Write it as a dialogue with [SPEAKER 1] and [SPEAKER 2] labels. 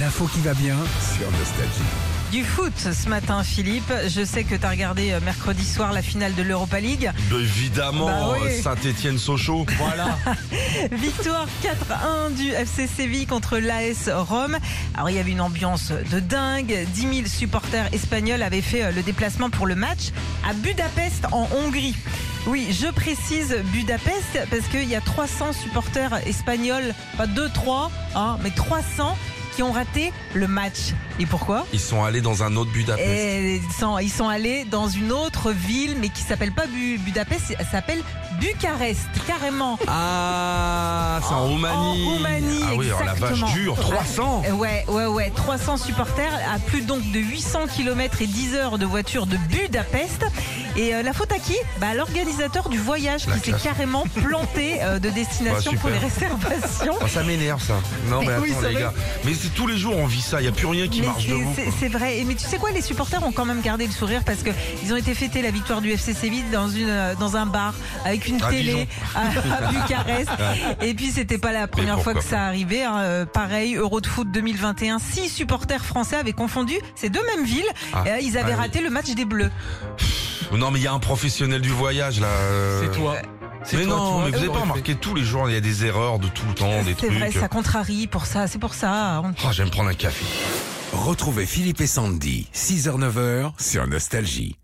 [SPEAKER 1] L'info qui va bien.
[SPEAKER 2] sur Nostalgie.
[SPEAKER 3] Du foot ce matin, Philippe. Je sais que tu as regardé euh, mercredi soir la finale de l'Europa League.
[SPEAKER 2] Bah, évidemment, euh,
[SPEAKER 3] Bah oui.
[SPEAKER 2] Saint-Étienne-Sochaux. Voilà.
[SPEAKER 3] Victoire 4-1 du FC Séville contre l'AS Rome. Alors, il y avait une ambiance de dingue. 10 000 supporters espagnols avaient fait euh, le déplacement pour le match à Budapest, en Hongrie. Oui, je précise Budapest parce qu'il y a 300 supporters espagnols, pas 2-3, hein, mais 300 qui ont raté le match. Et pourquoi
[SPEAKER 2] Ils sont allés dans un autre Budapest.
[SPEAKER 3] Et ils, sont, ils sont allés dans une autre ville, mais qui s'appelle pas Bu- Budapest, elle s'appelle Bucarest, carrément.
[SPEAKER 2] Ah, c'est en Roumanie.
[SPEAKER 3] En Roumanie,
[SPEAKER 2] Ah oui, alors la vache
[SPEAKER 3] exactement.
[SPEAKER 2] dure, 300.
[SPEAKER 3] Euh, Ouais, ouais, ouais. 300 supporters à plus donc de 800 km et 10 heures de voiture de Budapest. Et euh, la faute à qui Bah, à l'organisateur du voyage
[SPEAKER 2] La
[SPEAKER 3] qui s'est
[SPEAKER 2] classe.
[SPEAKER 3] carrément planté euh, de destination
[SPEAKER 2] Bah,
[SPEAKER 3] pour les
[SPEAKER 2] super.
[SPEAKER 3] réservations.
[SPEAKER 2] Ah, ça m'énerve ça. Non mais,
[SPEAKER 3] Oui,
[SPEAKER 2] attends
[SPEAKER 3] c'est
[SPEAKER 2] les
[SPEAKER 3] vrai.
[SPEAKER 2] gars. Mais c'est tous les jours on vit ça, il n'y a plus rien qui
[SPEAKER 3] Mais
[SPEAKER 2] marche hein.
[SPEAKER 3] c'est-
[SPEAKER 2] debout.
[SPEAKER 3] c'est-
[SPEAKER 2] quoi.
[SPEAKER 3] C'est vrai. Et Mais tu sais quoi, les supporters ont quand même gardé le sourire parce que ils ont été fêtés la victoire du FC Séville dans une euh, dans un bar avec une
[SPEAKER 2] À
[SPEAKER 3] télé à, à Bucarest. Et puis c'était pas la première fois
[SPEAKER 2] pourquoi
[SPEAKER 3] que ça arrivait. hein. Euh, Pareil, Euro de foot 2021, six supporters français avaient confondu ces deux mêmes villes.
[SPEAKER 2] Ah.
[SPEAKER 3] Et, euh, ils avaient
[SPEAKER 2] Ah oui.
[SPEAKER 3] raté le match des Bleus.
[SPEAKER 2] Non mais il y a un professionnel du voyage là. euh,
[SPEAKER 4] C'est toi. C'est
[SPEAKER 2] Mais
[SPEAKER 4] toi,
[SPEAKER 2] non,
[SPEAKER 4] tu vois,
[SPEAKER 2] mais vous
[SPEAKER 4] tu
[SPEAKER 2] n'avez pas
[SPEAKER 4] l'aurais fait.
[SPEAKER 2] remarqué tous les jours, il y a des erreurs de tout le temps, des
[SPEAKER 3] C'est
[SPEAKER 2] trucs.
[SPEAKER 3] vrai, ça contrarie pour ça. C'est pour ça. On-
[SPEAKER 2] Oh, je vais me prendre un café.
[SPEAKER 1] Retrouvez Philippe et Sandy, 6h-9h sur Nostalgie.